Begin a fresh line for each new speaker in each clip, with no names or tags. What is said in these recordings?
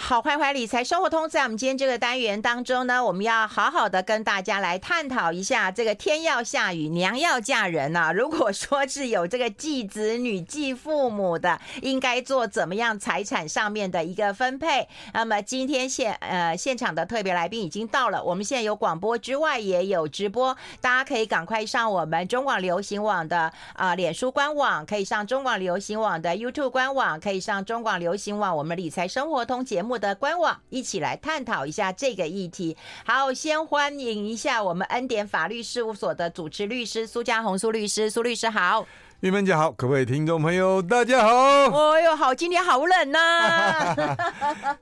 好坏坏理财生活通，在我们今天这个单元当中呢，我们要好好的跟大家来探讨一下这个天要下雨，娘要嫁人啊。 如果说是有这个继子女、继父母的，应该做怎么样财产上面的一个分配？那么今天现呃现场的特别来宾已经到了，我们现在有广播之外也有直播，大家可以赶快上我们中广流行网的啊、脸书官网，可以上中广流行网的 YouTube 官网，可以上中广流行网我们理财生活通节目的官网，一起来探讨一下这个议题。好，先欢迎一下我们恩典法律事务所的主持律师苏家红苏律师，苏律师好。
玉芬姐好，各位听众朋友大家好。
哦哟，好，今天好冷呐、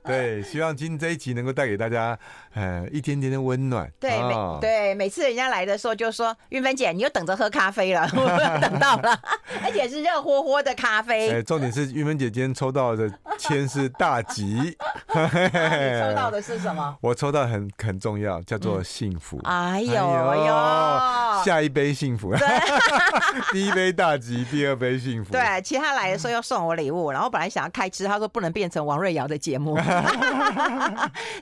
对，希望今这一集能够带给大家呃一点点的温暖。
对，
啊
每对每次人家来的时候就说：“云芬姐，你又等着喝咖啡了， 我等到了， 而且是热乎乎的咖啡。
哎，重点是玉芬姐今天抽到的签是大 吉，
你抽到的是什么？
我抽到很很重要，叫做幸福。
哎呦
哎
哎
呦
呦！
下一杯幸福， 第一杯大吉，第二杯幸福。
对，其实他来的时
嗯
候要送我礼物，然后本来想要开吃，他说不能变成王瑞瑶的节 目，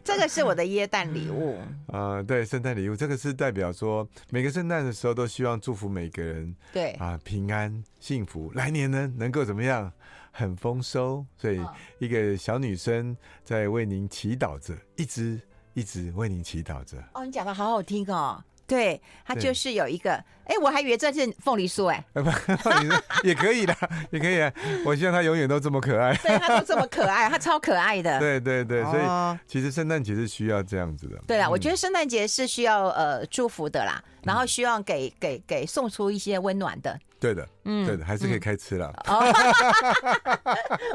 这个是我的耶诞礼物。
啊、对，圣诞礼物这个是代表说，每个圣诞的时候都希望祝福每个人
对，
啊，平安幸福，来年呢能够怎么样？很丰收，所以
嗯
一个小女生在为您祈祷着，一直一直为您祈祷着。
哦，你讲的好好听哦。对，他
对
就是有一个，哎，我还以为这是凤梨酥，哎，
啊不，你说也可以的，也可以啊。我希望她永远都这么可 爱。
对，他都这么可爱，他超可爱的。
对对对，所以
哦
其实圣诞节是需要这样子的。
对啦，我
嗯
觉得圣诞节是需要呃祝福的啦，然后希望给给给送出一些温暖 的。
对的，
嗯
对的，还是可以开 吃啦，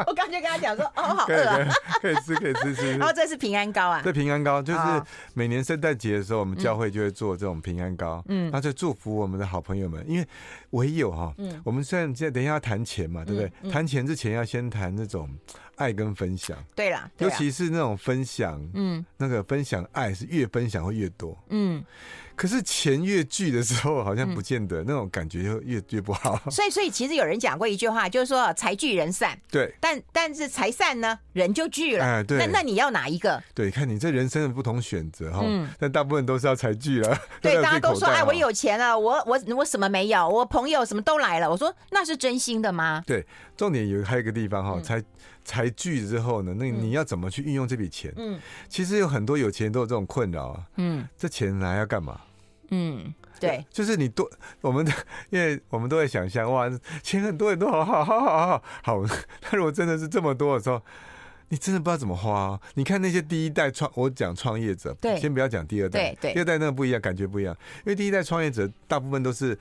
我刚才跟他讲说，哦，好
可以
饿啊。
可以可以吃，可以吃吃。
然后哦这是平安糕 啊，
这平安糕就是
啊
每年圣诞节的时候，我们教会就会做这种平安糕，
嗯
嗯，那就祝福我们的好朋友们，因为唯有哈，
嗯
我们虽然现在等一下要谈钱嘛，对不
嗯嗯
对？谈钱之前要先谈那种爱跟分享，
对啦，对
尤
啦，
其是那种分享，
嗯
那个分享爱是越分享会越多，
嗯，
可是钱越聚的时候，好像不见得那种感觉就越越 不好，
所以所以其实有人讲过一句话，就是说财聚人散，
对。
但但是财散呢，人就聚了。
哎，
那
对，
那你要哪一个？
对，看你这人生的不同选择哈
嗯，
但大部分都是要财聚了。
对，
在
大家
自己
都
口
说，
袋
哎，
哦
我有钱了，我我我什么没有，我朋友什么都来了。我说那是真心的吗？
重点有还有一个地方哈，
嗯
财财聚之后呢，那个你要怎么去运用这笔钱？
嗯
其实有很多有钱人都有这种困扰啊，
嗯
这钱拿来要干嘛？
嗯，对，
就是你多我们，因为我们都会想象哇，钱很多很多，好好好好好好。但如果真的是这么多的时候，你真的不知道怎么花、哦。你看那些第一代创，我讲创业者，
对
先不要讲第二代，
对对
第二代那个不一样，感觉不一样，因为第一代创业者大部分都是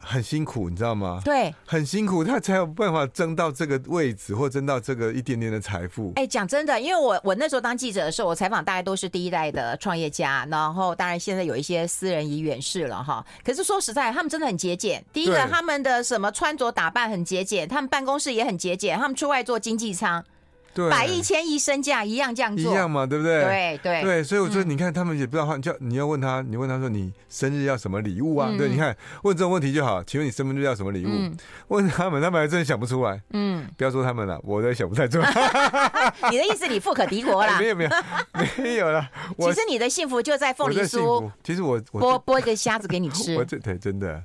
很辛苦，你知道吗？
对。
很辛苦，他才有办法争到这个位置，或争到这个一点点的财富。
哎，讲真的，因为我我那时候当记者的时候，我采访大概都是第一代的创业家，然后当然现在有一些私人已远逝了哈。可是说实在，他们真的很节俭。第一个，
对
他们的什么穿着打扮很节俭，他们办公室也很节俭，他们出外做经济舱，
对，
百亿、千亿身价一样这样
一
做。
样嘛，对不对？
对对
对，所以我说，你看他们也不知道话，叫你要问他，你问他说你生日要什么礼物啊？
嗯
对，
嗯
你看问这种问题就好。请问你生日要什么礼物？
嗯
问他们，他们还真想不出来。
嗯，
不要说他们了，我都想不太出来。
你的意思你富可敌 国啦
哎没？有没有没有了，
其
我
实你的幸福就在凤
我
梨
在幸
酥
福。其实我我
剥剥一个虾子给你
我
吃。
这对真的，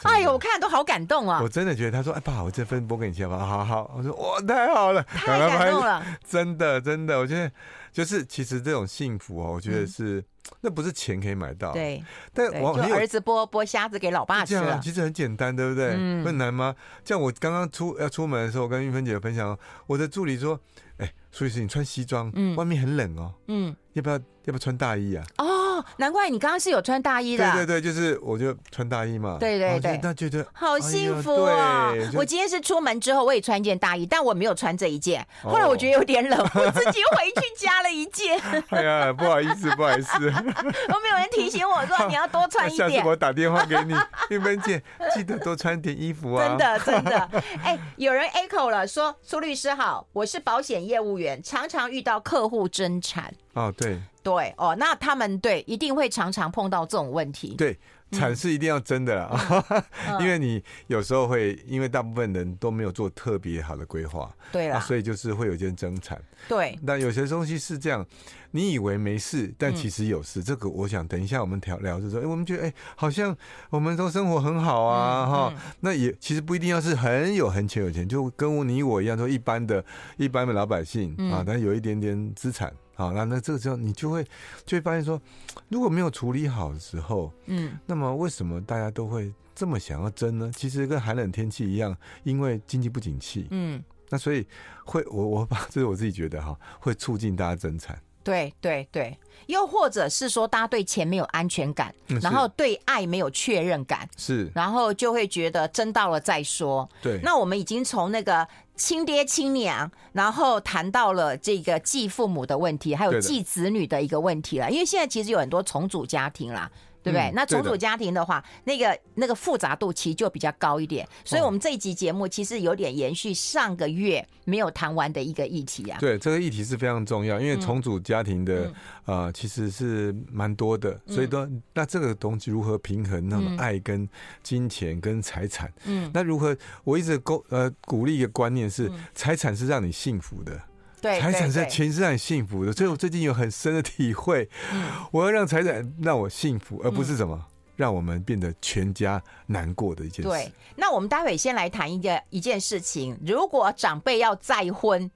真的
哎呦，我看都好感动啊
我，真的觉得他说哎爸，我这份播给你吃好不好？好好，我说哇太好了，
太
赶快拍
感动了。
真的，真的，我觉得就是其实这种幸福哦，我觉得是、那不是钱可以买到，，
嗯对，
但
对
哎我很
就
有
儿子剥剥虾子给老爸
这
吃
样啊
了，。
其实很简单，对不对？
嗯
很难吗？像我刚刚出要出门的时候，我跟玉芬姐分享，哦我的助理说：“哎，苏医师，你穿西装，
嗯
外面很冷哦，
嗯。
要不要要不要穿大衣啊
哦，难怪你刚刚是有穿大？”衣的
对
啊，
对对，就是我就穿大衣嘛，
对对
然后就
对
那觉得
好幸福啊、
哎呦对
我今天是出门之后，我也穿一件大衣，但我没有穿这一件。
哦
后来我觉得有点冷， 我自己回去加了一件。
哎呀，不好意思，不好意思，
都没有人提醒我说你要多 穿一
下次
点。
我打电话给你，玉芬姐，记得多穿点衣服啊。
真的，真的， 哎、有人 echo 了，说苏律师好，我是保险业务员，常常遇到客户争产，
哦，对，
对哦，那他们对一定会常常碰到这种问题，
对，惨是一定要真的啦，
嗯
因为你有时候会，因为大部分人都没有做特别好的规划，
对
啊，
啦，
所以就是会有一些争产。
对，
但有些东西是这样，你以为没事，但
嗯
其实有事。这个我想等一下我们聊聊，就是说，哎、我们觉得哎、好像我们都生活很好啊，
嗯
哈、
嗯
那也其实不一定要是很有很钱有钱，就跟你我一样，说一般的、一般的老百姓
嗯
啊，但有一点点资产啊，那那这个时候你就会就会发现说，如果没有处理好的时候，
嗯，
那么为什么大家都会这么想要争呢？其实跟寒冷天气一样，因为经济不景气，
嗯，
那所以会我我 把这是我自己觉得哈，会促进大家争产。
对对对，又或者是说大家对钱没有安全感，
嗯
然后对爱没有确认感，
是
然后就会觉得争到了再说。
对，
那我们已经从那个亲爹亲娘，然后谈到了这个继父母的问题，还有
对的
继子女的一个问题了。因为现在其实有很多重组家庭啦。对不对？
嗯
那重
对的
组家庭的话，那个那个复杂度其实就比较高一
哦
点，所以我们这一集节目其实有点延续上个月没有谈完的一个议题啊。
对这个议题是非常重要，因为重组家庭的、
嗯
呃其实是蛮多的，所以都那这个东西如何平衡那
嗯
么爱跟金钱跟财产，
嗯，
那如何我一直鼓呃鼓励一个观念是，财产是让你幸福的，
对，
财产
哎对
是
对
钱是让你幸福的，所以我最近有很深的体会，
嗯
我要让财产让我幸福，而不是什么、让我们变得全家难过的一件事。
对，那我们待会先来谈一个一件事情，如果长辈要再婚，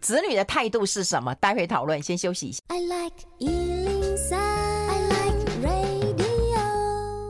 子女的态度是什么？待会讨论，先休息一下。
I like Ealing Sound. I like radio.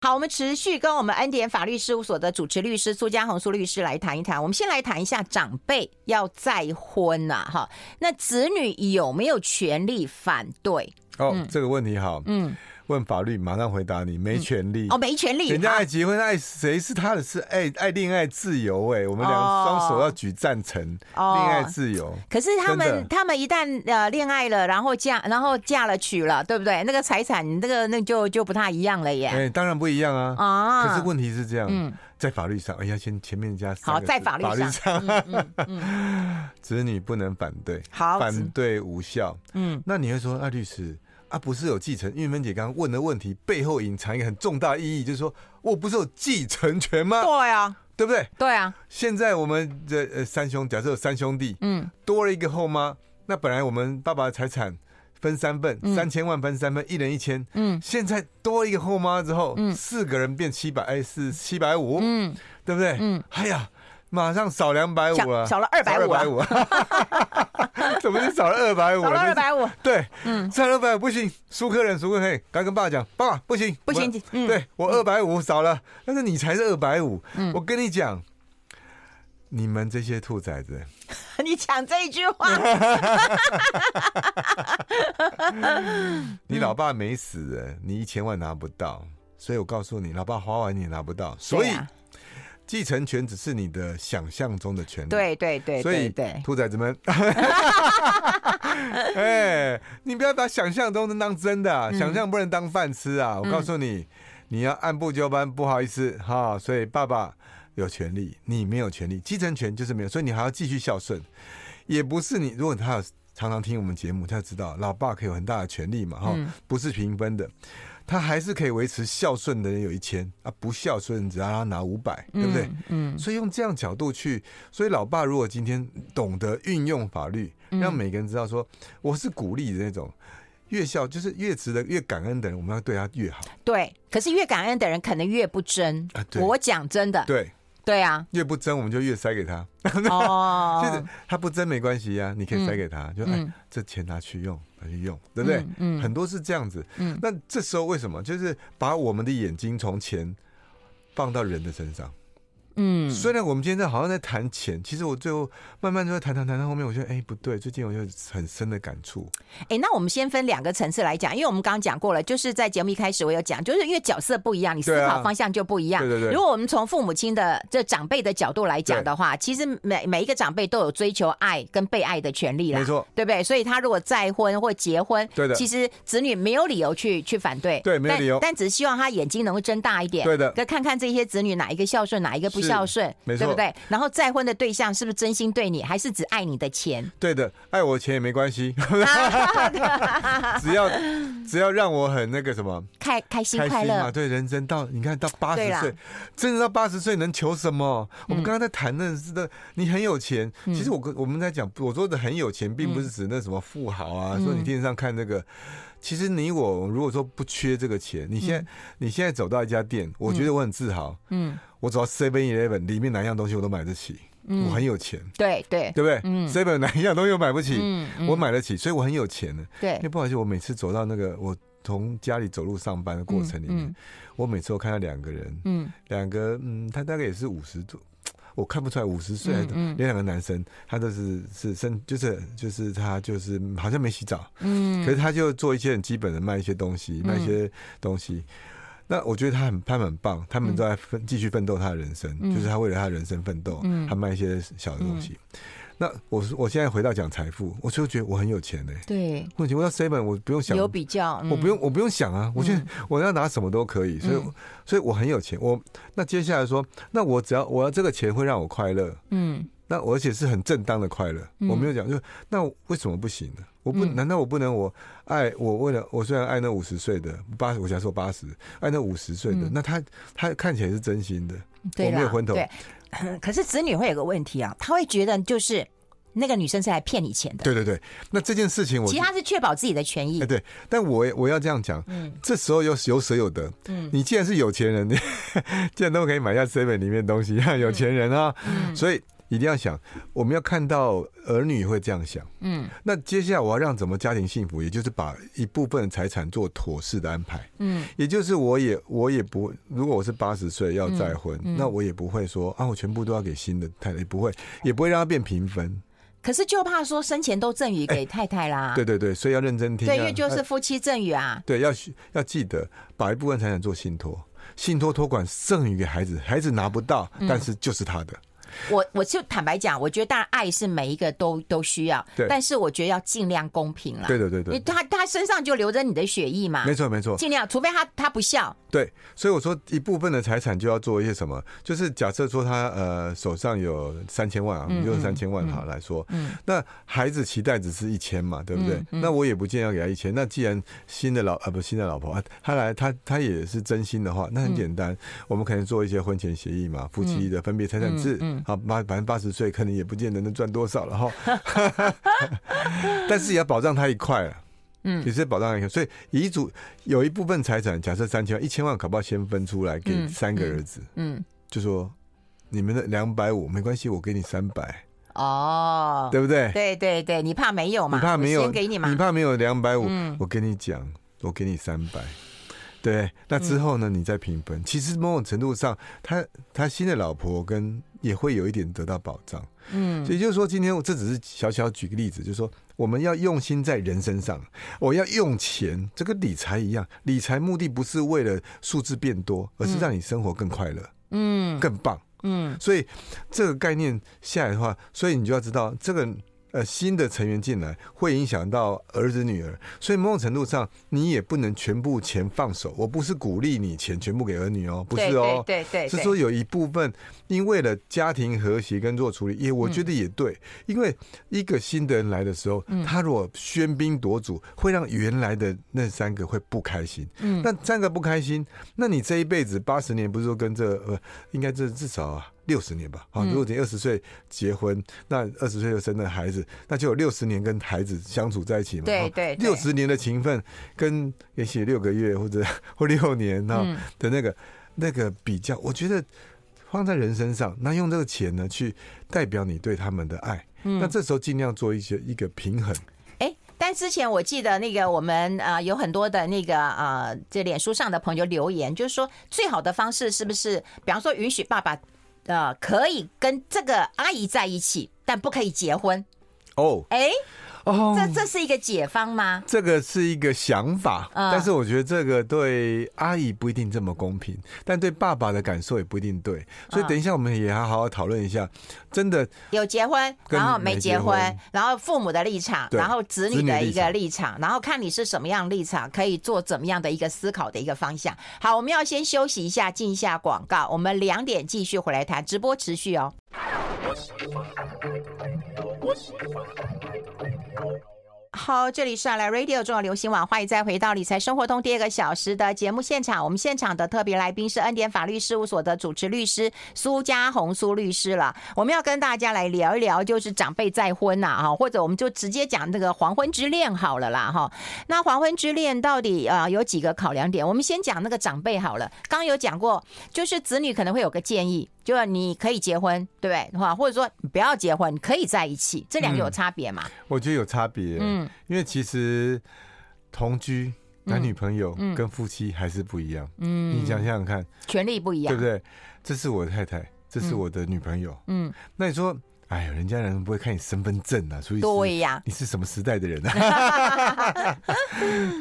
好，我们持续跟我们恩典法律事务所的主持律师苏家红苏律师来谈一谈。我们先来谈一下长辈要再婚呐、哈，那子女有没有权利反对？
哦，这个问题好，
嗯，
问法律马上回答你，没权利。
哦，没权利，
人家
啊
爱结婚爱谁是他的事，爱爱恋爱自由哎、我们俩
哦
双手要举赞成，
哦
恋爱自由。
可是他
真
们
的
他们一旦呃恋爱了，然后嫁，然后嫁了娶了，对不对？那个财产，那个那就就不太一样了耶。
哎、当然不一样啊。
啊，
可是问题是这样，
嗯
在法律上，哎呀，先前面加三
好
个
在
字
法律
法律
上
上，子女不能反对，
嗯好
反对无效。
嗯，
那你会说，啊，律师啊，不是有继承？玉芬姐刚刚问的问题背后隐藏一个很重大意义，就是说我不是有继承权吗？
对啊，
对不对？
对啊，
现在我们这呃三兄，假设有三兄弟，
嗯，
多了一个后妈，那本来我们爸爸的财产分三份，三千万分三份，一人一千，
嗯，
现在多一个后妈之后，四个人变七百，哎，是七百五，
嗯，
对不对？
嗯，
哎呀，马上少两百五
少
了，
少了250啊
五， 怎么就少了二百五？
少了二，百五，啊
对，嗯，少了二百五不行，苏克人，苏克人，刚跟爸讲，爸不行，
不行
我
嗯
对我二百五少了，但是你才是二百五，我跟你讲。你们这些兔崽子，
你讲这一句话，嗯
你老爸没死人，你一千万拿不到，所以我告诉你，老爸花完你也拿不到，所以
对啊
继承权只是你的想象中的权利。
对对对
嗯所
对
以
对，
兔崽子 们，哎，你不要把想象都能当真的
嗯
啊、想象不能当饭吃啊！我告诉你，你要按部就班，不好意思哈。所以爸爸有权利，你没有权利，继承权就是没有，所以你还要继续孝顺。也不是你，如果他有常常听我们节目，他就知道老爸可以有很大的权利嘛哈，
嗯
不是平分的。他还是可以维持孝顺的人有一千啊，不孝顺只要他拿五百，对不对？
嗯，
所以用这样角度去，所以老爸如果今天懂得运用法律，
嗯
让每个人知道说，我是鼓励的那种。越孝就是越值得、越感恩的人，我们要对他越好。
对。可是越感恩的人，可能越不真
啊。对
我讲真的，
对，
对啊，
越不争，我们就越塞给他。就
哦
是，他不争没关系呀、你可以塞给他，就
嗯
哎，这钱拿去用，拿去用，对不对？
嗯嗯
很多是这样子。
嗯
那这时候为什么就是把我们的眼睛从钱放到人的身上？
嗯
虽然我们今天在好像在谈钱，其实我最后慢慢就在谈谈谈到后面，我觉得哎、不对，最近我有很深的感触。
哎，那我们先分两个层次来讲，因为我们刚刚讲过了，就是在节目一开始我有讲，就是因为角色不一样，你思
对啊
考方向就不一样。
对对对
如果我们从父母亲的这长辈的角度来讲的话，其实每每一个长辈都有追求爱跟被爱的权利啦，
没错，
对不对？所以他如果再婚或结婚，
对的
其实子女没有理由去去反对，
对没有
但
理由
但只希望他眼睛能够睁大一点，
对的
再看看这些子女哪一个孝顺，哪一个不孝顺，
没错
对不对？然后再婚的对象是不是真心对你，还是只爱你的钱？
对的，爱我钱也没 关系，只要只要让我很那个什么
开开心
开
快
心嘛。
乐，
对，人生到你看到八
对
十
啦嗯
岁，真的到八十岁能求什么？我们刚刚在谈论是的，你很有钱。其实我跟我们在讲，我说的很有钱，并不
嗯
是指那什么富豪啊，说你电视上看那个。其实你我如果说不缺这个钱，你现在、你现在走到一家店，我觉得我很自豪，
嗯，
我走到 Seven Eleven 里面哪一样东西我都买得起，我很有钱，
对对
对不对
嗯
？Seven 哪一样东西我买不起，
嗯嗯
我买得起，所以我很有钱呢。
对
因为不好意思，我每次走到那个我从家里走路上班的过程里面，
嗯嗯
我每次都看到两个人，
嗯
两个嗯，他大概也是五十多，我看不出来五十岁
嗯
的，
嗯
连两个男生，他都是是身就是就是他就是好像没洗澡，可
嗯
是他就做一些很基本的卖一些东西，
嗯
卖一些东西。那我觉得他很他们很棒，他们都在奋继续奋斗他的人生，
嗯
就是他为了他的人生奋斗，
嗯
他卖一些小的东西。那我是我现在回到讲财富，我就觉得我很有钱呢、欸
对，
我觉得我要 seven，我不用想，
有比较，嗯
我不用我不用想啊，我觉得我要拿什么都可以，所以我所以我很有钱。我那接下来说，那我只要我要这个钱会让我快乐，
嗯
那我而且是很正当的快乐，
嗯
我没有讲就那我为什么不行呢？我不
嗯
难道我不能我爱我为了我虽然爱那五十岁的八我假设我八十爱那五十岁的
嗯，
那他他看起来是真心的，
对
我
啦
没有昏头
对， 可是子女会有个问题啊，他会觉得就是那个女生是来骗你钱的，
对对对。那这件事情我
其实他是确保自己的权益
哎，对，但我也我要这样讲，
嗯
这时候有有舍有得，
嗯
你既然是有钱人，你 既然都可以买下 seven 里面的东西，有钱人啊，
嗯
所以一定要想，我们要看到儿女会这样想。
嗯
那接下来我要让怎么家庭幸福，也就是把一部分财产做妥适的安排，
嗯
也就是我也我也不，如果我是八十
嗯
岁要再婚，那我也不会说啊，我全部都要给新的太太，也不会，也不会让它变平分。
可是就怕说生前都赠予给太太啦，
哎对对对，呃所以要认真听。
啊
啊
对，
要
因为就是夫妻赠与啊，
对，要需要记得把一部分财产做信托，信托托管赠予给孩子，孩子拿不到，但是就是他的。
我我就坦白讲，我觉得当然爱是每一个都都需要
对，
但是我觉得要尽量公平啦。
对对对
因为
对，
他他身上就流着你的血液嘛，
没错没错，
尽量，除非他他不孝，
对。所以我说一部分的财产就要做一些什么，就是假设说他呃手上有三千万啊，我
嗯
们就用三千万好来说，那孩子期待只是一千
嗯
嘛，对不对？那我也不建议要给他一千。那既然新的老啊不新的老婆啊，她来她她也是真心的话，那很简单，
嗯
我们可能做一些婚前协议嘛，夫妻的分别财产制，
嗯
好八百分之八十岁可能也不见得能赚多 少了哈， 但是也要保障他一块啊了。
嗯
也是保障他一块，所以遗嘱有一部分财产，假设三千万，一千万搞不好先分出来给
嗯
三个儿子，
嗯，
就说你们的两百五没关系，我给你三百，
哦，
对不对？
对对对，你怕没有嘛？
你怕没有？
我先给你嘛？
怕没有两百五
嗯，
我跟你讲，我给你三百。对，那
嗯
之后呢？你再平分。其实某种程度上，他他新的老婆跟也会有一点得到保障。
嗯
也就是说，今天我这只是小小举个例子，就是说我们要用心在人身上，我要用钱，这跟理财一样，理财目的不是为了数字变多，而是让你生活更快乐、
嗯
更棒。
嗯
所以这个概念下来的话，所以你就要知道这个呃新的成员进来会影响到儿子女儿，所以某种程度上你也不能全部钱放手。我不是鼓励你钱全部给儿女哦，不是哦，
对对对
是
对
说
对，
有一部分因为了家庭和谐跟做处理，也我觉
嗯
得也对，因为一个新的人来的时候，他如果喧宾夺主，会让原来的那三个会不开心。
嗯
那三个不开心，那你这一辈子八十年不是说跟这呃，应该这至少啊六十年吧？啊，
嗯
如果你二十岁结婚，那二十岁就生了孩子，那就有六十年跟孩子相处在一起嘛。
对对对
六十年的情分跟也许六个月或者 或六年啊
嗯
的那个、那个比较，我觉得放在人身上，那用这个钱呢去代表你对他们的爱。
嗯
那这时候尽量做一些一个平衡，
哎，但之前我记得那个我们啊、呃有很多的那个啊、呃这脸书上的朋友留言，就是说最好的方式是不是，比方说允许爸爸呃可以跟这个阿姨在一起，但不可以结婚，
哦
哎，
哦，
这这是一个解方吗？
这个是一个想法，
嗯
但是我觉得这个对阿姨不一定这么公平，但对爸爸的感受也不一定对，所以
嗯
等一下我们也要好好讨论一下，真的
有结婚，
跟
然后没结
没结婚
然后父母的立场，
对
然后子女的一
子女
个
立
立
场
场，然后看你是什么样立场，可以做怎么样的一个思考的一个方向。好，我们要先休息一下，进一下广告，我们两点继续回来谈，直播持续哦。好，这里是啊爱来 Radio 中国流行网，欢迎再回到理财生活通第二个小时的节目现场。我们现场的特别来宾是恩典法律事务所的主持律师苏家红苏律师了。我们要跟大家来聊一聊，就是长辈再婚呐、啊，哈，或者我们就直接讲那个黄昏之恋好了啦，哈。那黄昏之恋到底啊、呃有几个考量点？我们先讲那个长辈好了。刚有讲过，就是子女可能会有个建议，就是你可以结婚，对不对？哈，或者说你不要结婚，你可以在一起，这两个有差别嘛？
我觉得有差别，
嗯
因为其实同居。男女朋友
嗯
跟夫妻还是不一样，
嗯，
你想想看，
权利不一样，
对不对？这是我的太太，这是
嗯
我的女朋友。
嗯，
那你说，哎呀，人家人不会看你身份证啊，所以
对呀、
你是什么时代的人啊？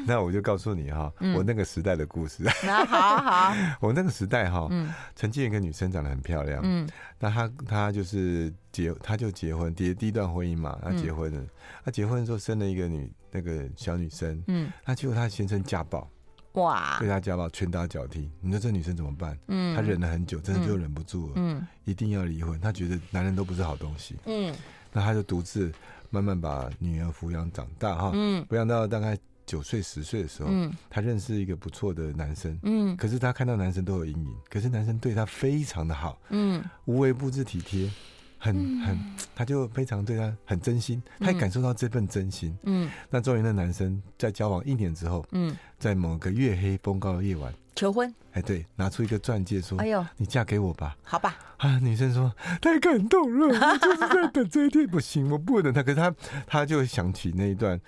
那我就告诉你哈、
嗯
我那个时代的故事。
那好好，
我那个时代哈、
嗯
曾经有一个女生长得很漂亮，
嗯
那她她就是结，她就结婚，第第一段婚姻嘛，
嗯
她结婚了，她结婚的时候生了一个女那个小女生，
嗯，
她结果她先生家暴，
哇
对，她家暴，拳打脚踢，你说这女生怎么办？
嗯，
她忍了很久，真的就忍不住了，
嗯
一定要离婚，她觉得男人都不是好东西，
嗯
那她就独自慢慢把女儿抚养长大哈，
嗯
抚养到大概九岁十岁的时候，
嗯
她认识一个不错的男生，
嗯
可是她看到男生都有阴影，可是男生对她非常的好，
嗯
无微不至体贴，很很，她就非常对他很真心，她也感受到这份真心。
嗯
那终于那男生在交往一年之后，
嗯，
在某个月黑风高的夜晚，
求婚，
哎，对，拿出一个钻戒说
哎呦，：“
你嫁给我吧。”
好吧，
啊，女生说太感动了，我就是在等这一天，不行，我不能。她可是她，她就想起那一段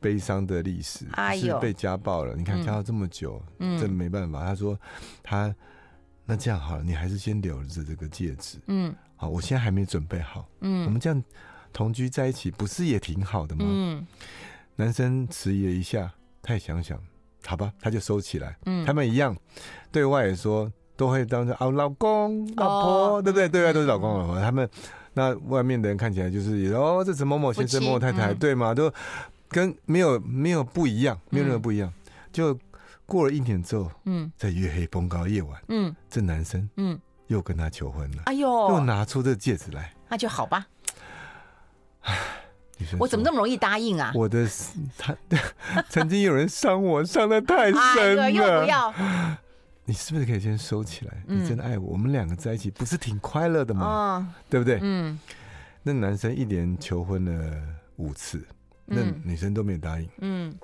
悲伤的历史，
哎
是
呦
被家暴了。你看
嗯
家暴这么久，这
嗯
没办法。她说她那这样好了，你还是先留着这个戒指
嗯
好，我现在还没准备好，我
嗯
们这样同居在一起不是也挺好的吗？
嗯
男生迟疑了一下，他也想想，好吧，他就收起来。
嗯，
他们一样，对外也说都会当成啊老公、老婆，
哦
对不对？对外都是老公、老婆。他们那外面的人看起来就是也哦，这是某某先生、
夫妻
某某太太，
嗯
对吗？都跟没有没有不一样，没有任何
嗯
不一样。就过了一年之后，
嗯
在月黑风高夜晚，
嗯
这男生
嗯，
又跟她求婚了，
哎
又
呦，
拿出这戒指来。
那就好吧，
女生
我怎么那
说
么容易答应啊？
我的 他曾经有人伤我，伤的太
哎
深
呦，
了。
又不要
你是不是可以先收起来？
嗯
你真的爱我，我们两个在一起不是挺快乐的吗？
嗯
对不对？
嗯
那男生一连求婚了五次，那
嗯
女生都没有答应。
嗯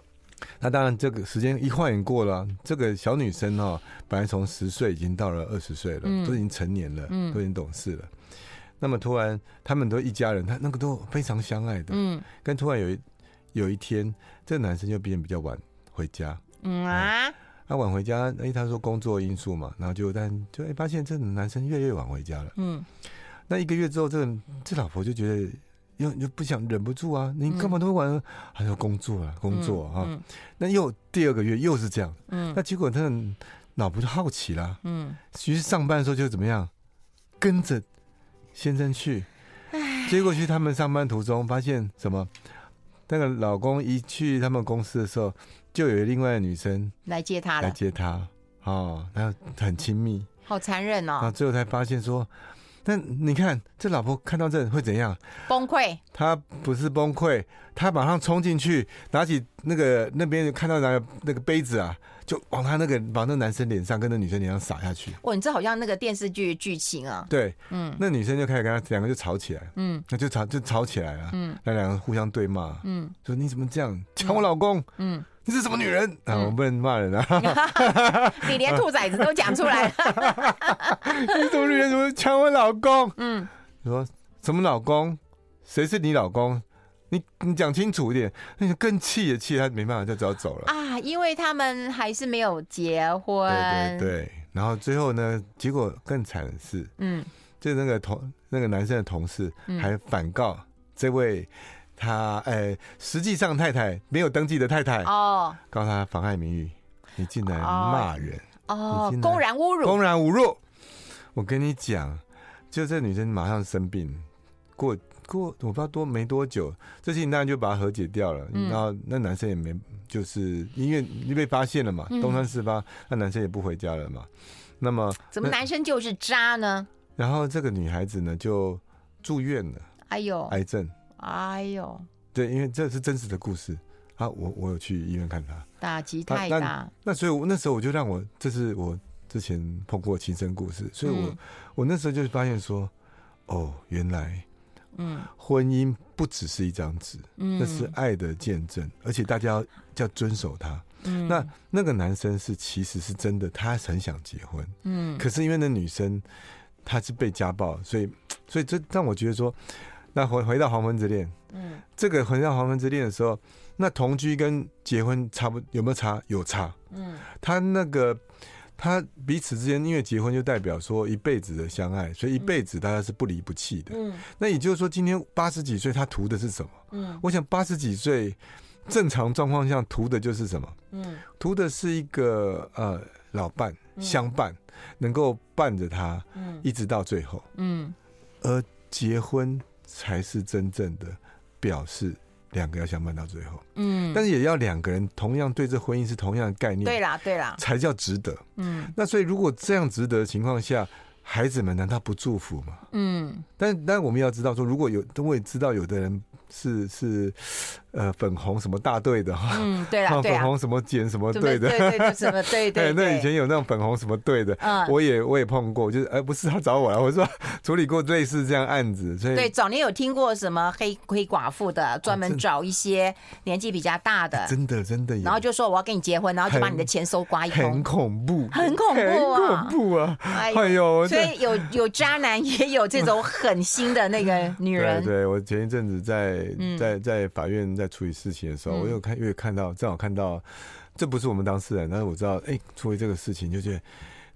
那当然，这个时间一晃眼过了啊，这个小女生哦，本来从十岁已经到了二十岁了，
嗯
都已经成年了，
嗯
都已经懂事了。那么突然，他们都一家人，他那个都非常相爱的。
嗯
但突然有一有一天，这个男生就变得比较晚回家，
嗯啊，
他晚回家，哎、他说工作因素嘛，然后就但就哎、发现这男生越来越晚回家了。
嗯
那一个月之后，这个这老婆就觉得又又不想忍不住啊，你干嘛都晚？他说工作啊，工作啊。
嗯
那又第二个月又是这样，
嗯
那结果他的老婆就好奇啦，
嗯，
于是上班的时候就怎么样，跟着先生去，结果去他们上班途中发现什么？那个老公一去他们公司的时候，就有另外的女生
来接他
来
了，
接他，哦，然
嗯
后很亲密，
好残忍
然后
哦，
最后才发现说，那你看这老婆看到这会怎样？
崩溃，
她不是崩溃，她马上冲进去，拿起那个那边看到那个那个杯子啊，就往他那个往那男生脸上跟那女生脸上撒下去。
哇，你这好像那个电视剧剧情啊，
对，
嗯
那女生就开始跟他两个就吵起来，
嗯
那就吵就吵起来了，
嗯
那两个互相对骂，
嗯
说你怎么这样抢我老公？
嗯，
你是什么女人啊？
嗯
我不能骂人啊！
你连兔崽子都讲出来了，
嗯你什么女人？怎么抢我老公？
嗯
你说什么老公？谁是你老公？你你讲清楚一点，那你更气也气，他没办法，就只好走了。
啊，因为他们还是没有结婚，
对对对，然后最后呢，结果更惨的是，
嗯
就那个同那个男生的同事
嗯
还反告这位他呃，实际上太太没有登记的太太，
哦
告他妨害名誉，你竟然骂人，
哦
你进，来
公然侮辱
公然侮辱。我跟你讲，就这女生马上生病，过过我不知道多没多久，这事情当然就把它和解掉了。
嗯
然后那男生也没，就是因为你被发现了嘛，
嗯
东窗事发，那男生也不回家了嘛。那么，
怎么
那
男生就是渣呢？
然后这个女孩子呢就住院了，
哎呦，
癌症。
哎呦，
对，因为这是真实的故事啊，我我有去医院看她。
打击太
那
大，
那所以，我那时候我就让我，这是我之前碰过的亲身故事，所以我、
嗯
我那时候就发现说，哦，原来
嗯
婚姻不只是一张纸，
嗯，
那是爱的见证，而且大家要要遵守它。
嗯
那那个男生是其实是真的，他很想结婚，
嗯
可是因为那女生她是被家暴，所以所以这让我觉得说，那回回到黄昏之恋，
嗯
这个回到黄昏之恋的时候，那同居跟结婚差不有没有差？有差。
嗯
他那个他彼此之间，因为结婚就代表说一辈子的相爱，所以一辈子大家是不离不弃的。
嗯
那也就是说，今天八十几岁，他图的是什么？
嗯
我想八十几岁正常状况下图的就是什么？
嗯
图的是一个呃老伴
嗯
相伴，能够伴着他
嗯
一直到最后。
嗯
而结婚才是真正的表示两个要相伴到最后，
嗯，
但是也要两个人同样对这婚姻是同样的概念，
对啦对啦，
才叫值得。
嗯
那所以如果这样值得的情况下，孩子们难道不祝福吗？
嗯
但但我们要知道说，如果有，我也知道有的人是是呃粉红什么大队的 哈，
嗯，对啦对
粉
啦，
红什么减什么
怎么
队的，
对对对，什么对对
哎，那以
对，
前有那种粉红什么队的。
嗯，
我也我也碰过，就是哎、不是他找我来，我说处理过类似这样案子，所以
对，早年有听过什么黑黑寡妇的，专门
啊真啊
找一些年纪比较大的，
真的真的有，
然后就说我要跟你结婚，然后就把你的
很
钱搜刮一
很
空。
恐怖，
很恐怖啊
很恐怖啊！
哎
哎呦，我
所
这
以有有渣男，也有这种狠心的那个女人。
嗯对对，我前一阵子在
嗯
在在法院在处理事情的时候，
嗯
我有看，又有看到，正好看到，这不是我们当事人，但是我知道，哎、处理这个事情就觉得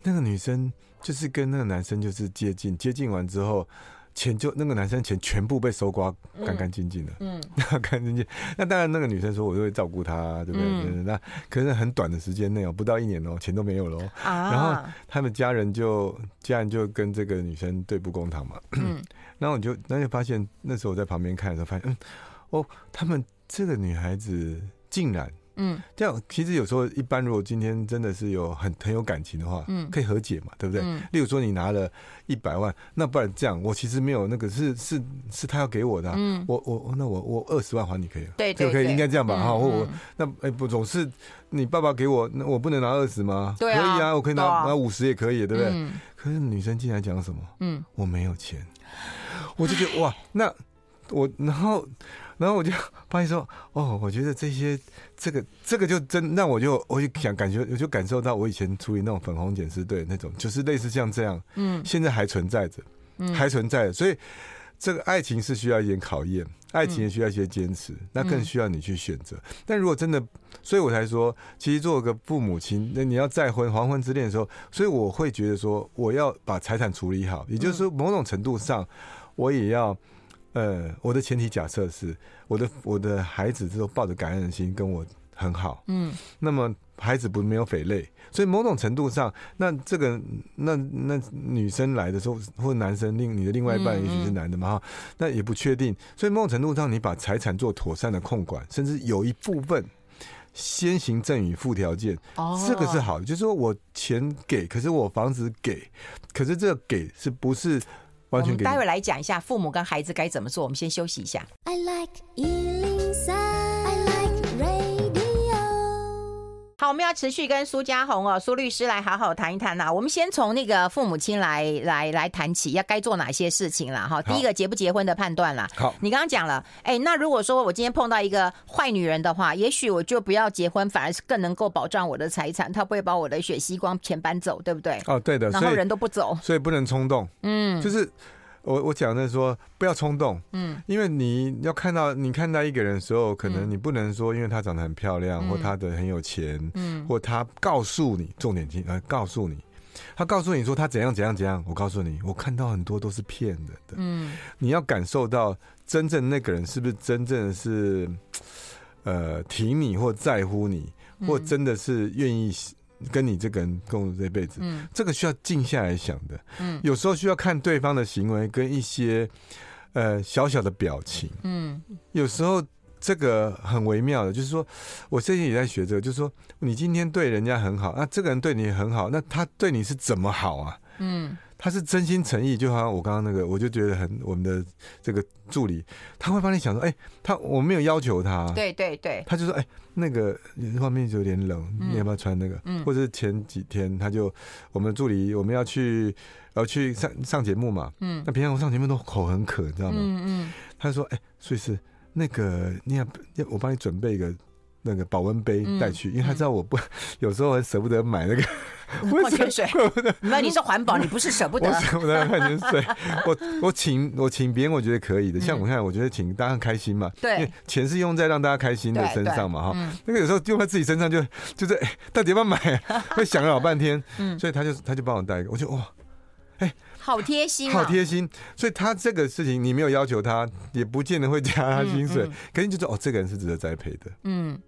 那个女生就是跟那个男生就是接近，接近完之后。钱就那个男生钱全部被搜刮干干净净的，
嗯
干干净净。那当然，那个女生说我就会照顾她，对不对？
嗯
对对那可是很短的时间内哦，不到一年哦，钱都没有了哦。
啊，
然后他们家人就家人就跟这个女生对簿公堂嘛，
嗯
然后我就那就发现，那时候我在旁边看的时候，发现，嗯，哦，他们这个女孩子竟然
嗯
这样。其实有时候一般，如果今天真的是有很很有感情的话，
嗯
可以和解嘛，对不对？
嗯
例如说你拿了一百万，那不然这样，我其实没有那个是是是他要给我的啊、
嗯，
我我那我我二十万还你可以了，
对
这
对
个可
对，
以应该这样吧哈，
嗯
或我
嗯
那哎、不总是你爸爸给我，那我不能拿二十吗？
对啊
可以啊，我可以拿
对啊
拿五十也可以，对不对？
嗯
可是女生竟然讲什么？
嗯
我没有钱，我就觉得哇，那我然后然后我就发现说，哦，我觉得这些这个这个就真让我就我就想感觉我就感受到我以前处理那种粉红检视队那种，就是类似像这样，
嗯
现在还存在着，
嗯，
还存在着，所以这个爱情是需要一点考验，
嗯
爱情也需要一些坚持，那更需要你去选择。但如果真的，所以我才说，其实做个父母亲，那你要再婚、黄昏之恋的时候，所以我会觉得说，我要把财产处理好，也就是
嗯
说，某种程度上，我也要。呃，我的前提假设是，我的我的孩子都抱着感恩的心跟我很好，
嗯
那么孩子不没有匪类，所以某种程度上，那这个那那女生来的时候，或男生另你的另外一半
嗯嗯
也许是男的嘛哈，那也不确定，所以某种程度上，你把财产做妥善的控管，甚至有一部分。先行赠与附条件，
哦，
这个是好，就是说我钱给，可是我房子给，可是这个给是不是
我
完全
们
给？
待会来讲一下父母跟孩子该怎么做，我们先休息一下。
I like Ealing Sound. I like radio.
好，我们要持续跟苏家红哦，苏律师来好好谈一谈呐、啊我们先从那个父母亲来来来谈起，要该做哪些事情啦？哈。第一个结不结婚的判断啦。
好
你刚刚讲了，哎、那如果说我今天碰到一个坏女人的话，也许我就不要结婚，反而是更能够保障我的财产，她不会把我的血吸光钱搬走，对不对？
哦，对的，
然
所
后
以
人都不走，
所以不能冲动，
嗯
就是我我讲的说不要冲动，
嗯
因为你要看到你看待一个人的时候，可能
嗯
你不能说因为他长得很漂亮，
嗯
或他的很有钱，
嗯
或他告诉你重点听呃告诉你，他告诉你说他怎样怎样怎样，我告诉你，我看到很多都是骗人的。
嗯，
你要感受到真正那个人是不是真正的是，呃，挺你或在乎你，
嗯
或真的是愿意跟你这个人共度这辈子，
嗯
这个需要静下来想的。
嗯
有时候需要看对方的行为跟一些呃小小的表情，
嗯
有时候。这个很微妙的，就是说，我最近也在学这个，就是说，你今天对人家很好，那这个人对你很好，那他对你是怎么好啊？
嗯
他是真心诚意，就好像我刚刚那个，我就觉得很我们的这个助理，他会帮你想说，哎、他我没有要求他，
对对对，
他就说，哎、那个外面有点冷，
嗯
你要不要穿那个？
嗯
或者是前几天他就我们助理我们要去要去上上节目嘛，
嗯
那平常我上节目都口很渴，你知道吗？
嗯
他就说，哎、所以是那个你要要我帮你准备一个。那个保温杯带去，因为他知道我不 有时候很舍不得买那个
嗯，矿泉水，那你是环保，你不是舍不
我
得，
舍不得看泉 水，我我请我请别人，我觉得可以的。像我看，我觉得请大家开心嘛，
嗯对
因为钱是用在让大家开心的
对
身
对
上嘛，哈。
嗯
那个有时候用在自己身上就就是、哎到底要不要买、 啊，会想了老半天。
嗯
所以他就他就帮我带一个，我就哇，
好贴心
好
啊，
贴心。所以他这个事情你没有要求他，也不见得会加他薪水，
嗯
肯定就是哦，这个人是值得栽培的。
嗯，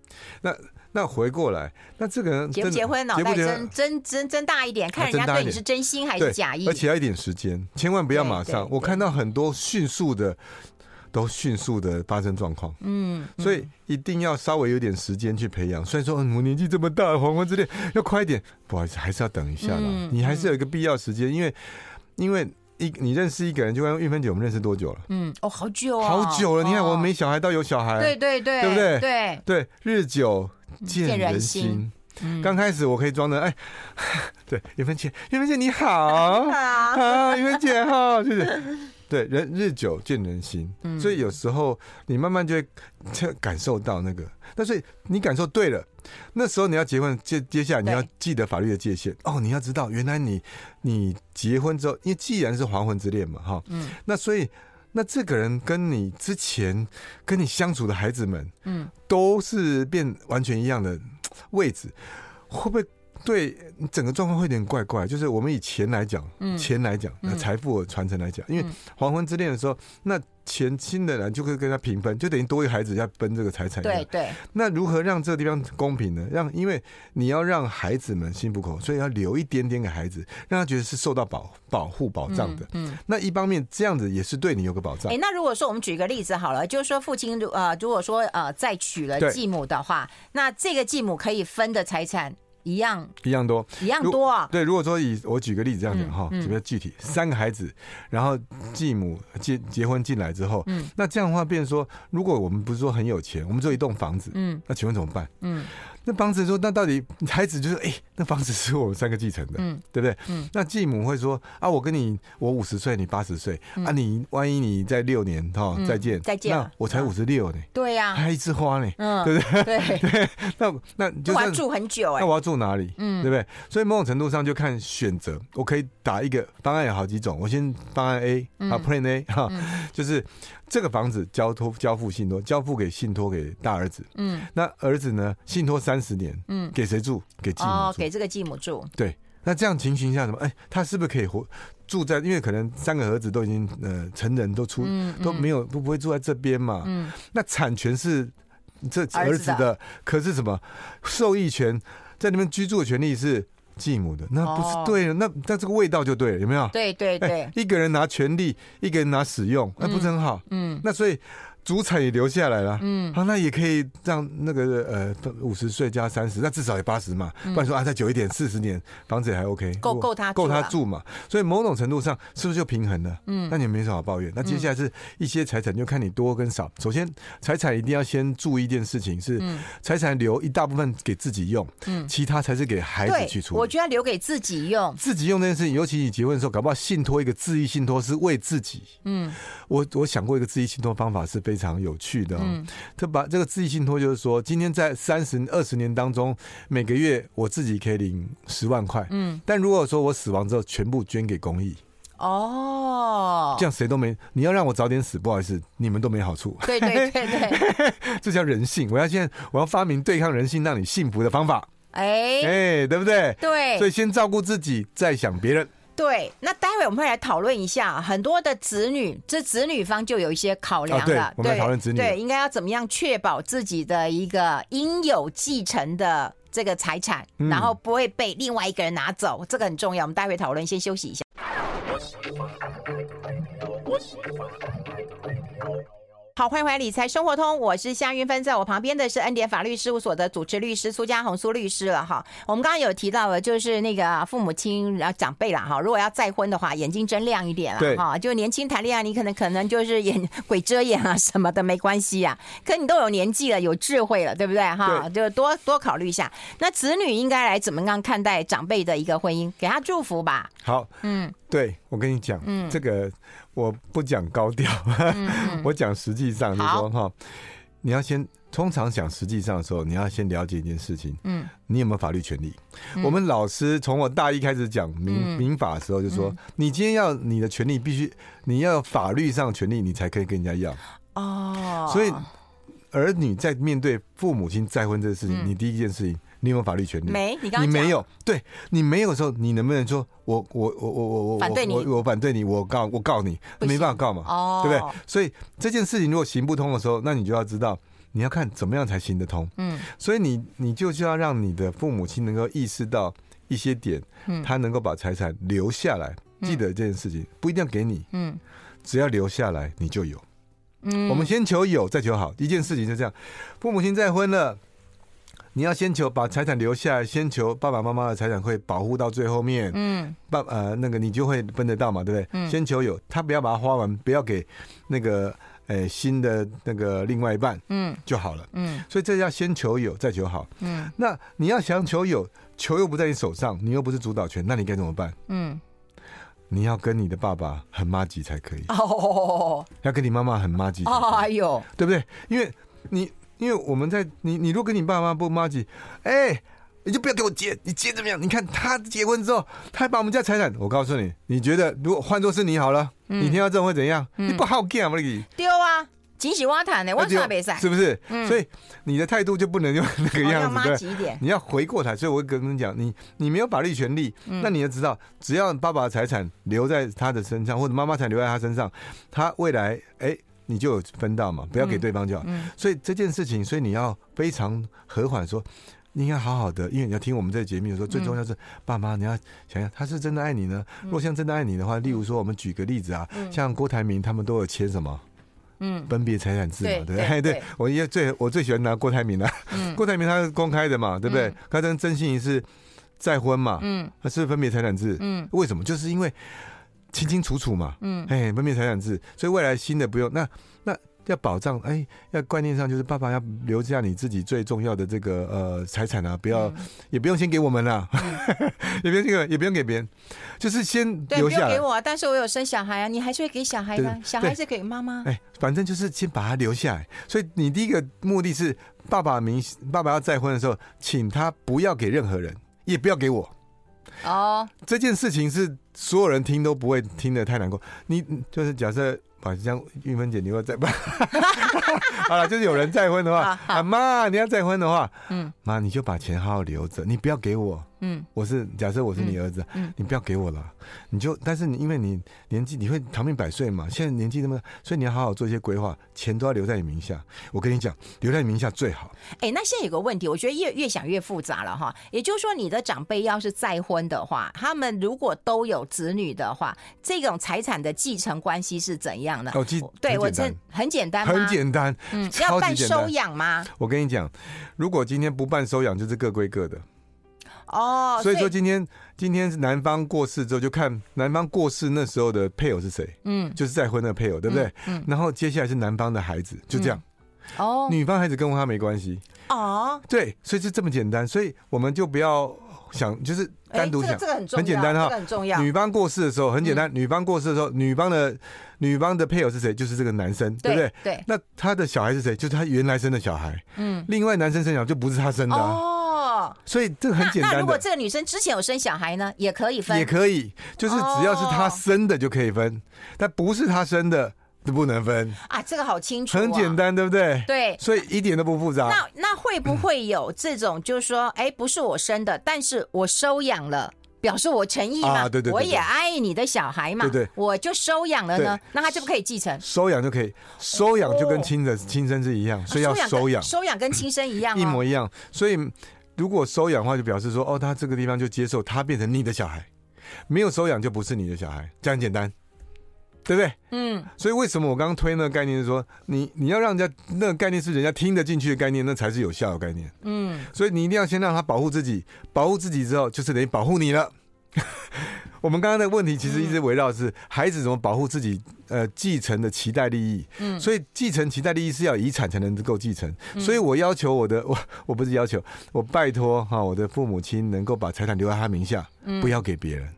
那回过来，那这个人
结不
真的
结婚脑
结不
袋
结婚
真真真真大一点，看人
真
家
大
对
一
你
点
是真心还
对，
是假意
而，且要一点时间，千万不要马
对
上
对。
我
对
看到很多迅速的，都迅速的发生状况，
嗯，嗯
所以一定要稍微有点时间去培养。虽然说嗯我年纪这么大，黄昏之恋要快一点，不好意思，还是要等一下啦
嗯。
你还是有一个必要时间，因为因为一你认识一个人，就像玉芬姐，我们认识多久了？
嗯，哦，好久哦，
好久了。你看
哦
我没小孩到有小
对
孩，
对对，
对不对
对，
对，日久见
见人
人
心
心。
嗯
刚开始我可以装的，哎， 对，玉芬姐，玉芬姐你好。
啊，
啊，云姐 哈，就是对人日久见人心，所以有时候你慢慢就会就感受到那个。但是你感受对了，那时候你要结婚，接接下来你
对
要记得法律的界限哦。你要知道，原来你你结婚之后，因为既然是黄昏之恋嘛，哈，
嗯
那所以那这个人跟你之前跟你相处的孩子们
嗯，
都是变完全一样的位置，会不会对整个状况会有点怪怪？就是我们以钱来讲，
嗯
钱来讲，呃
嗯
财富传承来讲，因为
嗯
黄昏之恋的时候，那前新的人就会跟他平分，就等于多一个孩子要分这个财产。
对。对，
那如何让这个地方公平呢？让因为你要让孩子们幸福口，所以要留一点点给孩子，让他觉得是受到保保护保障的。
嗯。嗯
那一方面这样子也是对你有个保障
哎、。那如果说我们举一个例子好了，就是说父亲如呃，如果说呃再娶了
对
继母的话，那这个继母可以分的财产一样
一样哦多，
一样
如
多啊。
对，如果说以我举个例子这样讲
嗯
哈，
嗯
比较具体，三个孩子，然后继母结结婚进来之后，
嗯
那这样的话，变成说，如果我们不是说很有钱，我们只有一栋房子，
嗯
那请问怎么办？
嗯
那房子说，那到底孩子就是，哎、那房子是我们三个继承的，
嗯
对不对？
嗯
那继母会说，啊，我跟你，我五十岁，你八十岁，啊，你万一你在六年哈、
嗯
再见，
再见
那
了啊
我才
嗯
五十六呢，
对呀、
还一枝花呢，
嗯，
哎 对
对对，
那那你就
我要
算
住很久哎、
那我要住哪里？
嗯
对不对？所以某种程度上就看选择，我可以打一个方案有好几种，我先方案 A
嗯
啊，Plan A 哈、
嗯
就是这个房子交托交付信托，交付给信托给大儿子，
嗯
那儿子呢信托三十年，
嗯，
给谁住？给继母住。
哦，给这个继母住，
那这样情形下什么？哎，他是不是可以活住在？因为可能三个儿子都已经呃成人都出、
嗯
都没
有，
有都不会住在这边嘛，
嗯
那产权是这
儿
儿
子
子
的
的，可是什么受益权在那边居住的权利是继母的，那不
哦
是对了，那那这个味道就对了，有没有？
对对对，
哎一个人拿权利，一个人拿使用，那、不是很好？
嗯
那所以主产也留下来了。啊
嗯
好，那也可以让那个呃五十岁加三十，那至少也八十嘛，不然说啊再久一点四十年，房子也还 OK，
嗯够
如果
够他
够
住啊
他
了
住嘛，所以某种程度上是不是就平衡了？
嗯
那你没什么好抱怨。那接下来是一些财产，就看你多跟少。首先，财产一定要先注意一件事情，是
嗯
财产留一大部分给自己用，
嗯，
其他才是给孩子
对
去，处
我
理。
觉得留给自己用，
自己用这件事情，尤其你结婚的时候，搞不好信托一个自益信托是为自己。
嗯
我我想过一个自益信托方法是非常有趣的、哦。
嗯
他把这个自益信托，就是说，今天在三十二十年当中，每个月我自己可以领十万块，
嗯，
但如果说我死亡之后全部捐给公益，
哦，
这样谁都没，你要让我早点死，不好意思，你们都没 好处，
对对对对，
这叫人性。我要现在我要发明对抗人性，让你幸福的方法。
哎、
哎，对不对？
对
所以先照顾自己，再想别人。
对，那待会我们会来讨论一下很多的子女，这子女方就有一些考量
啊对
了。
我们来讨论子女
对，应该要怎么样确保自己的一个应有继承的这个财产，
嗯
然后不会被另外一个人拿走，这个很重要。我们待会讨论，先休息一下。好，欢迎回来《理财生活通》，我是夏云芬，在我旁边的是恩典法律事务所的主持律师苏家红苏律师了哈。我们刚刚有提到了，就是那个啊父母亲然后长辈啦哈，如果要再婚的话，眼睛睁亮一点啦
对
哈。就年轻谈恋爱，你可能可能就是眼 鬼遮眼啊什么的没关系啊，可你都有年纪了，有智慧了，对不对哈？就多多考虑一下。那子女应该来怎么样看待长辈的一个婚姻？给他祝福吧。
好，
嗯
对我跟你讲，
嗯
这个我不讲高调，
嗯嗯，
我讲实际上就是说哈，你要先通常讲实际上的时候，你要先了解一件事情，
嗯
你有没有法律权利？
嗯
我们老师从我大一开始讲民
嗯
民法的时候，就说、你今天要你的权利必须你要有法律上的权利，你才可以跟人家要。
哦，
所以儿女在面对父母亲再婚这个事情，
嗯
你第一件事情，你有没有法律权利？
没你刚
你
刚
没
讲
有，对你没有的时候，你能不能说我我我我我我
反对你
我我反对你，我告我告你，
不行
没办法告嘛，
哦，
对不对？？所以这件事情如果行不通的时候，那你就要知道。你要看怎么样才行得通，
嗯
所以你你就是要让你的父母亲能够意识到一些点，
嗯
他能够把财产留下来。记得这件事情不一定要给你，
嗯
只要留下来你就有。
嗯，
我们先求有，再求好。一件事情就这样，父母亲再婚了，你要先求把财产留下来，先求爸爸妈妈的财产会保护到最后面，
嗯
爸呃那个你就会分得到嘛，对不对？
嗯
先求有，他不要把它花完，不要给那个呃新的那个另外一半
嗯
就好了。
嗯
所以这叫先求有，再求好。
嗯
那你要想求有，球又不在你手上，你又不是主导权，那你该怎么办？
嗯，
你要跟你的爸爸很妈吉才可以，
哦
要跟你妈妈很妈吉才可以。
哦，哎呦，
对不对？因为你因为我们在你你如果跟你爸妈不妈吉，哎、你就不要给我结，你结怎么样？你看他结婚之后，他还把我们家财产，我告诉你，你觉得如果换作是你好了，
嗯
你听到这种会怎样？你不好干嘛？你
对啊，真是我谈的，嗯哎我煞袂
哎啊是
使，
不是？所以你的态度就不能用那个
我要
样子，
妈
对。
急一点，
你要回过头，所以我会跟你讲，你你没有法律权利，
嗯
那你要知道，只要爸爸的财产留在他的身上，或者妈妈财产留在他身上，他未来哎、你就有分到嘛，不要给对方就好。
嗯
所以这件事情，所以你要非常和缓说。你应该好好的，因为你要听我们这个节目的时候，最重要是、爸妈，你要想想他是真的爱你呢。
嗯
若像真的爱你的话，例如说我们举个例子啊，像郭台铭他们都有签什么
嗯
分别财产制嘛，
对
对不对？
对
哎
对
对我也最我最喜欢拿郭台铭了、
嗯
郭台铭他是公开的嘛，对不对？
嗯
他跟曾心怡是再婚嘛，
嗯
他是分别财产制，
嗯
为什么？就是因为清清楚楚嘛，
嗯
哎，分别财产制，所以未来新的不用那那。要保障，哎，要观念上就是爸爸要留下你自己最重要的这个呃财产啊，不要、
嗯
也不用先给我们啦， 也不用给也不用给别人，就是先
对，
留
不
下
用
来
给，我，但是我有生小孩啊，你还是会给小孩的，小孩是给妈 妈，
哎，反正就是先把它留下来。所以你第一个目的是，爸爸明爸爸要再婚的时候，请他不要给任何人，也不要给我。
哦，
这件事情是所有人听都不会听得太难过。你就是假设啊，像玉芬姐，你要再办， 好了，就是有人再婚的话，
好好
啊妈，你要再婚的话，
嗯
妈你就把钱好好留着，你不要给我。
嗯
我是假设我是你儿子，
嗯嗯
你不要给我了，你就但是你因为你年纪你会长命百岁嘛，现在年纪那么大，所以你要好好做一些规划，钱都要留在你名下。我跟你讲，留在你名下最好。
哎、那现在有个问题，我觉得越越想越复杂了哈。也就是说，你的长辈要是再婚的话，他们如果都有子女的话，这种财产的继承关系是怎样的？
哦其实
对
很
我
简
这很简单吗？
很简单，
嗯，要
超级
办
简单
收养吗？
我跟你讲，如果今天不办收养，就是各归各的。
哦，
所以说今天今天是男方过世之后，就看男方过世那时候的配偶是谁，
嗯，
就是再婚的配偶，对不对？
嗯
然后接下来是男方的孩子，就这样，
哦
女方孩子跟他没关系。
哦，
对，所以是这么简单，所以我们就不要想，就是
哎
单独
这
想，
个这个很重要，
很简单哈
这个很重要。
女方过世的时候很简
嗯
单，女方过世的时候，女方的女方的配偶是谁？就是这个男生，对不对？
对，
那他的小孩是谁？就是他原来生的小孩。
嗯，
另外男生生小孩就不是他生的、啊，
哦，
所以这个很
那
简
那
单
如果
的，
这个女生之前有生小孩呢，也可以分，哦
也可以，就是只要是他生的就可以分，但不是他生的都不能分，
啊，这个好清楚、啊，
很简。单，对不啊对？
对，
所以一点都不复杂。
那那会不会有这种，就是说，哎，不是我生的，但是我收养了，表示我诚意嘛？
啊对对对对
我也爱你的小孩嘛，
对对
我就收养了呢
对，
那他就不可以继承？
收养就可以，收养就跟亲的亲生是一样，所以要
哦啊
收养
跟，收养跟亲生一样、哦，
一模一样。所以如果收养的话，就表示说，哦，他这个地方就接受他变成你的小孩，没有收养就不是你的小孩，这样简单，对不对？
嗯，
所以为什么我刚刚推那个概念是说，你你要让人家那个概念是人家听得进去的概念，那才是有效的概念。
嗯，
所以你一定要先让他保护自己，保护自己之后，就是等于保护你了。 我们刚刚的问题其实一直围绕的
嗯
是孩子怎么保护自己，呃，继承的期待利益。
嗯
所以继承期待利益是要遗产才能够继承。所以我要求我的，我 我不是要求，我拜托哈，我的父母亲能够把财产留在他名下，不要给别人。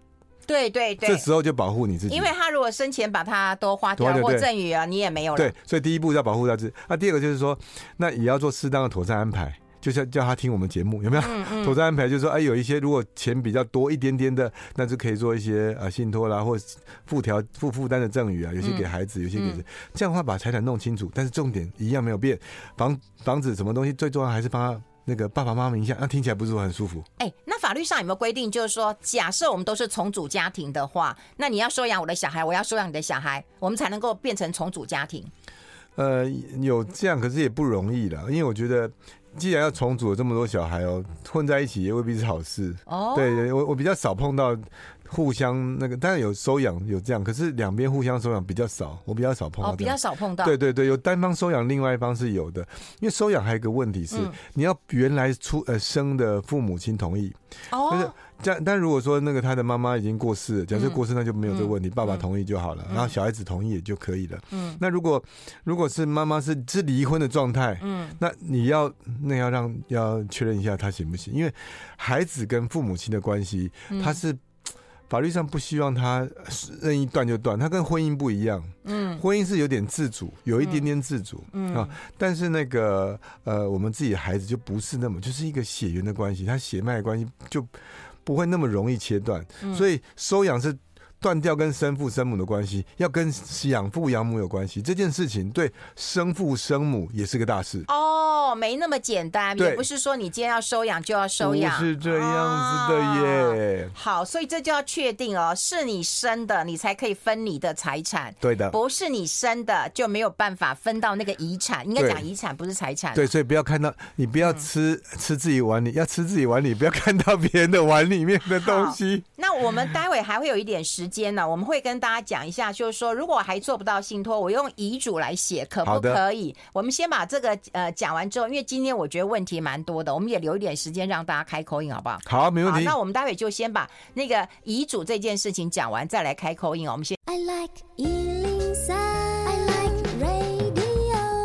对对嗯对
这，时候就保护你自己。
因为他如果生前把它都花
花
掉
掉
或
对
赠予啊，你也没有了。
对，所以第一步要保护到自己。那、第二个就是说，那也要做适当的妥善安排，就是要叫他听我们节目，有没有？
嗯
妥
嗯，
善安排就是说，哎，有一些如果钱比较多一点点的，那就可以做一些呃信托啦，或附条附负担的赠与啊，有些给孩子，有些给
嗯
这样的话把财产弄清楚。但是重点一样没有变，房房子什么东西最重要还是帮他那个爸爸妈妈名下，那听起来不是很舒服？
哎、那法律上有没有规定，就是说，假设我们都是重组家庭的话，那你要收养我的小孩，我要收养你的小孩，我们才能够变成重组家庭。
呃，有这样，可是也不容易啦，因为我觉得。既然要重组了这么多小孩哦，混在一起也未必是好事。
哦，
对，我我比较少碰到互相那个，当然有收养有这样，可是两边互相收养比较少，我比较少碰
哦，
到
比
这
较
样。
少嗯碰到。
对对对，有单方收养，另外一方是有的。因为收养还有一个问题是，
嗯
你要原来出呃生的父母亲同意，但是
哦，
但但如果说那个他的妈妈已经过世了，假设
嗯
过世那就没有这个问题，爸爸
嗯
同意就好了，
嗯
然后小孩子同意也就可以了。
嗯
那如果如果是妈妈是是离婚的状态，
嗯，
那你要那要让要确认一下他行不行，因为孩子跟父母亲的关系，
嗯
他是法律上不希望他任意断就断，他跟婚姻不一样，
嗯
婚姻是有点自主，有一点点自主。
嗯
啊但是那个呃，我们自己的孩子就不是那么，就是一个血缘的关系，他血脉的关系就不会那么容易切断，
嗯
所以收养是断掉跟生父生母的关系，要跟养父养母有关系。这件事情对生父生母也是个大事。
哦，没那么简单，也
对
不是说你今天要收养就要收养，
不是这样子的
啊。
耶。
好，所以这就要确定哦，是你生的，你才可以分你的财产。
对的，
不是你生的就没有办法分到那个遗产，应该
对
讲遗产不是财产。
对，，所以不要看到你不要
嗯
吃、吃自己碗里，要吃自己碗里，不要看到别人的碗里面的东西。
那我们待会还会有一点时间呢，我们会跟大家讲一下，就是说如果还做不到信托，我用遗嘱来写可不
好的
可以？我们先把这个呃讲完之后，因为今天我觉得问题蛮多的，我们也留一点时间让大家开口音，好不好？
好，没问
好，
题。
那我们待会就先把那个遗嘱这件事情讲完，再来开口音哦。我们先。
I like Ealing Sound. I like radio.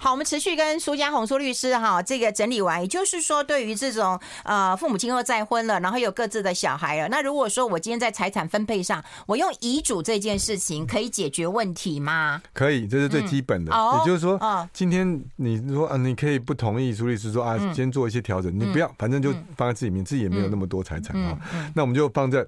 好，我们持续跟苏家红苏律师哈，这个整理完，也就是说，对于这种呃父母亲后再婚了，然后有各自的小孩了，那如果说我今天在财产分配上，我用遗嘱这件事情可以解决问题吗？
可以，这是最基本的。
嗯哦
也就是说，
嗯
今天你说啊，你可以不同意苏律师说啊，
嗯
先做一些调整，你不要，反正就
嗯
放在自己名，自己也没有那么多财产啊、
嗯嗯
那我们就放在。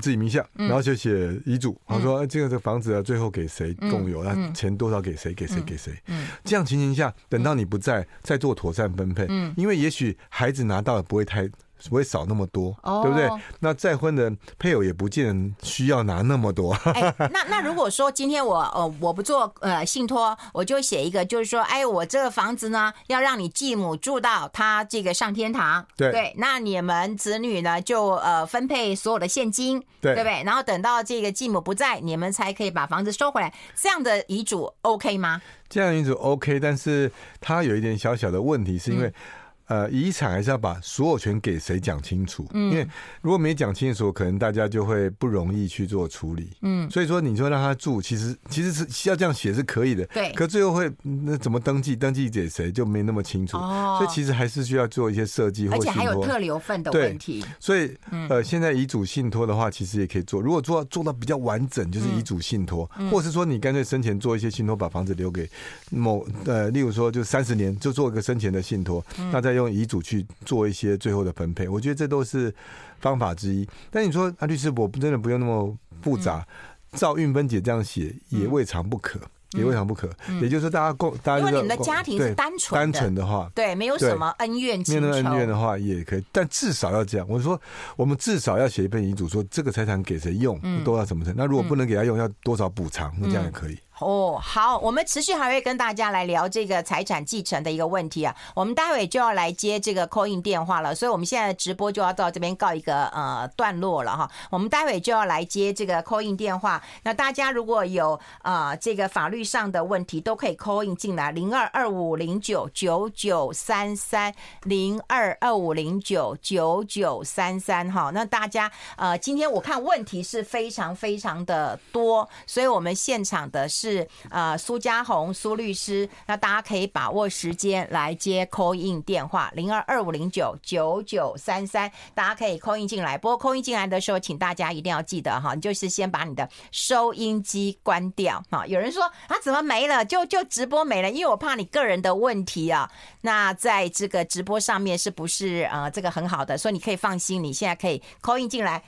自己名下，
嗯
然后就写遗嘱，然后说哎这个这个房子啊，最后给谁
嗯
共有，那
嗯
钱多少给谁，给谁，
嗯
给谁。
嗯
这样情形下，等到你不在，再做妥善分配，
嗯
因为也许孩子拿到的不会太不会少那么多，
哦
对不对？那再婚的配偶也不见需要拿那么多，
哎，那那如果说今天我呃我不做呃信托，我就写一个，就是说，哎，我这个房子呢要让你继母住到他这个上天堂，
对
那你们子女呢就呃分配所有的现金，
对
对不对？然后等到这个继母不在，你们才可以把房子收回来，这样的遗嘱 OK 吗？
这样遗嘱 OK，但是它有一点小小的问题，是因
嗯
为、呃，遗产还是要把所有权给谁讲清楚，
嗯
因为如果没讲清楚，可能大家就会不容易去做处理。
嗯，
所以说，你说让他住，其实其实是要这样写是可以的，
对
可最后会那怎么登记，登记给谁就没那么清楚，
哦
所以其实还是需要做一些设计或
而且
信
还有
托。
特留份的
对
问题，
所以，
嗯
呃，现在遗嘱信托的话，其实也可以做。如果做到做到比较完整，就是
嗯
遗嘱信托，或是说你干脆生前做一些信托，把房子留给某呃，例如说就三十年，就做一个生前的信托，
嗯
那再用遗嘱去做一些最后的分配。我
嗯
觉得这都是方法之一。但你说啊，律师，我不真的不用那么复杂。照运分解这样写也未尝不可，也未尝不可。也就是说，大家共大家
嗯因为
就
你
是
们的
共
家庭是
对
单纯
单
的
纯的话，
对，没有
对
什么恩怨情
面对恩
仇。
怨的话也可以，但至少要这样。我说，我们至少要写一份遗嘱，说这个财产给谁用，
嗯
多少什么程度。那如果不能给他用，要多少补偿，那这样也可以。
哦，好，我们持续还会跟大家来聊这个财产继承的一个问题啊。我们待会就要来接这个 call in 电话了，所以我们现在直播就要到这边告一个呃段落了哈。我们待会就要来接这个 call in 电话。那大家如果有呃这个法律上的问题，都可以 call in 进来，零二二五零九九九三三零二二五零九九九三三哈。那大家呃，今天我看问题是非常非常的多，所以我们现场的是呃苏家红苏律师，那大家可以把握时间来接 call in 电话零二二五零九九九三三，大家可以 call in 进来。不过 call in 进来的时候，请大家一定要记得哈，你就是先把你的收音机关掉哈。有人说啊，怎么没了？就就直播没了，因为我怕你个人的问题啊，那在这个直播上面是不是呃这个很好的？所以你可以放心，你现在可以 call in 进来，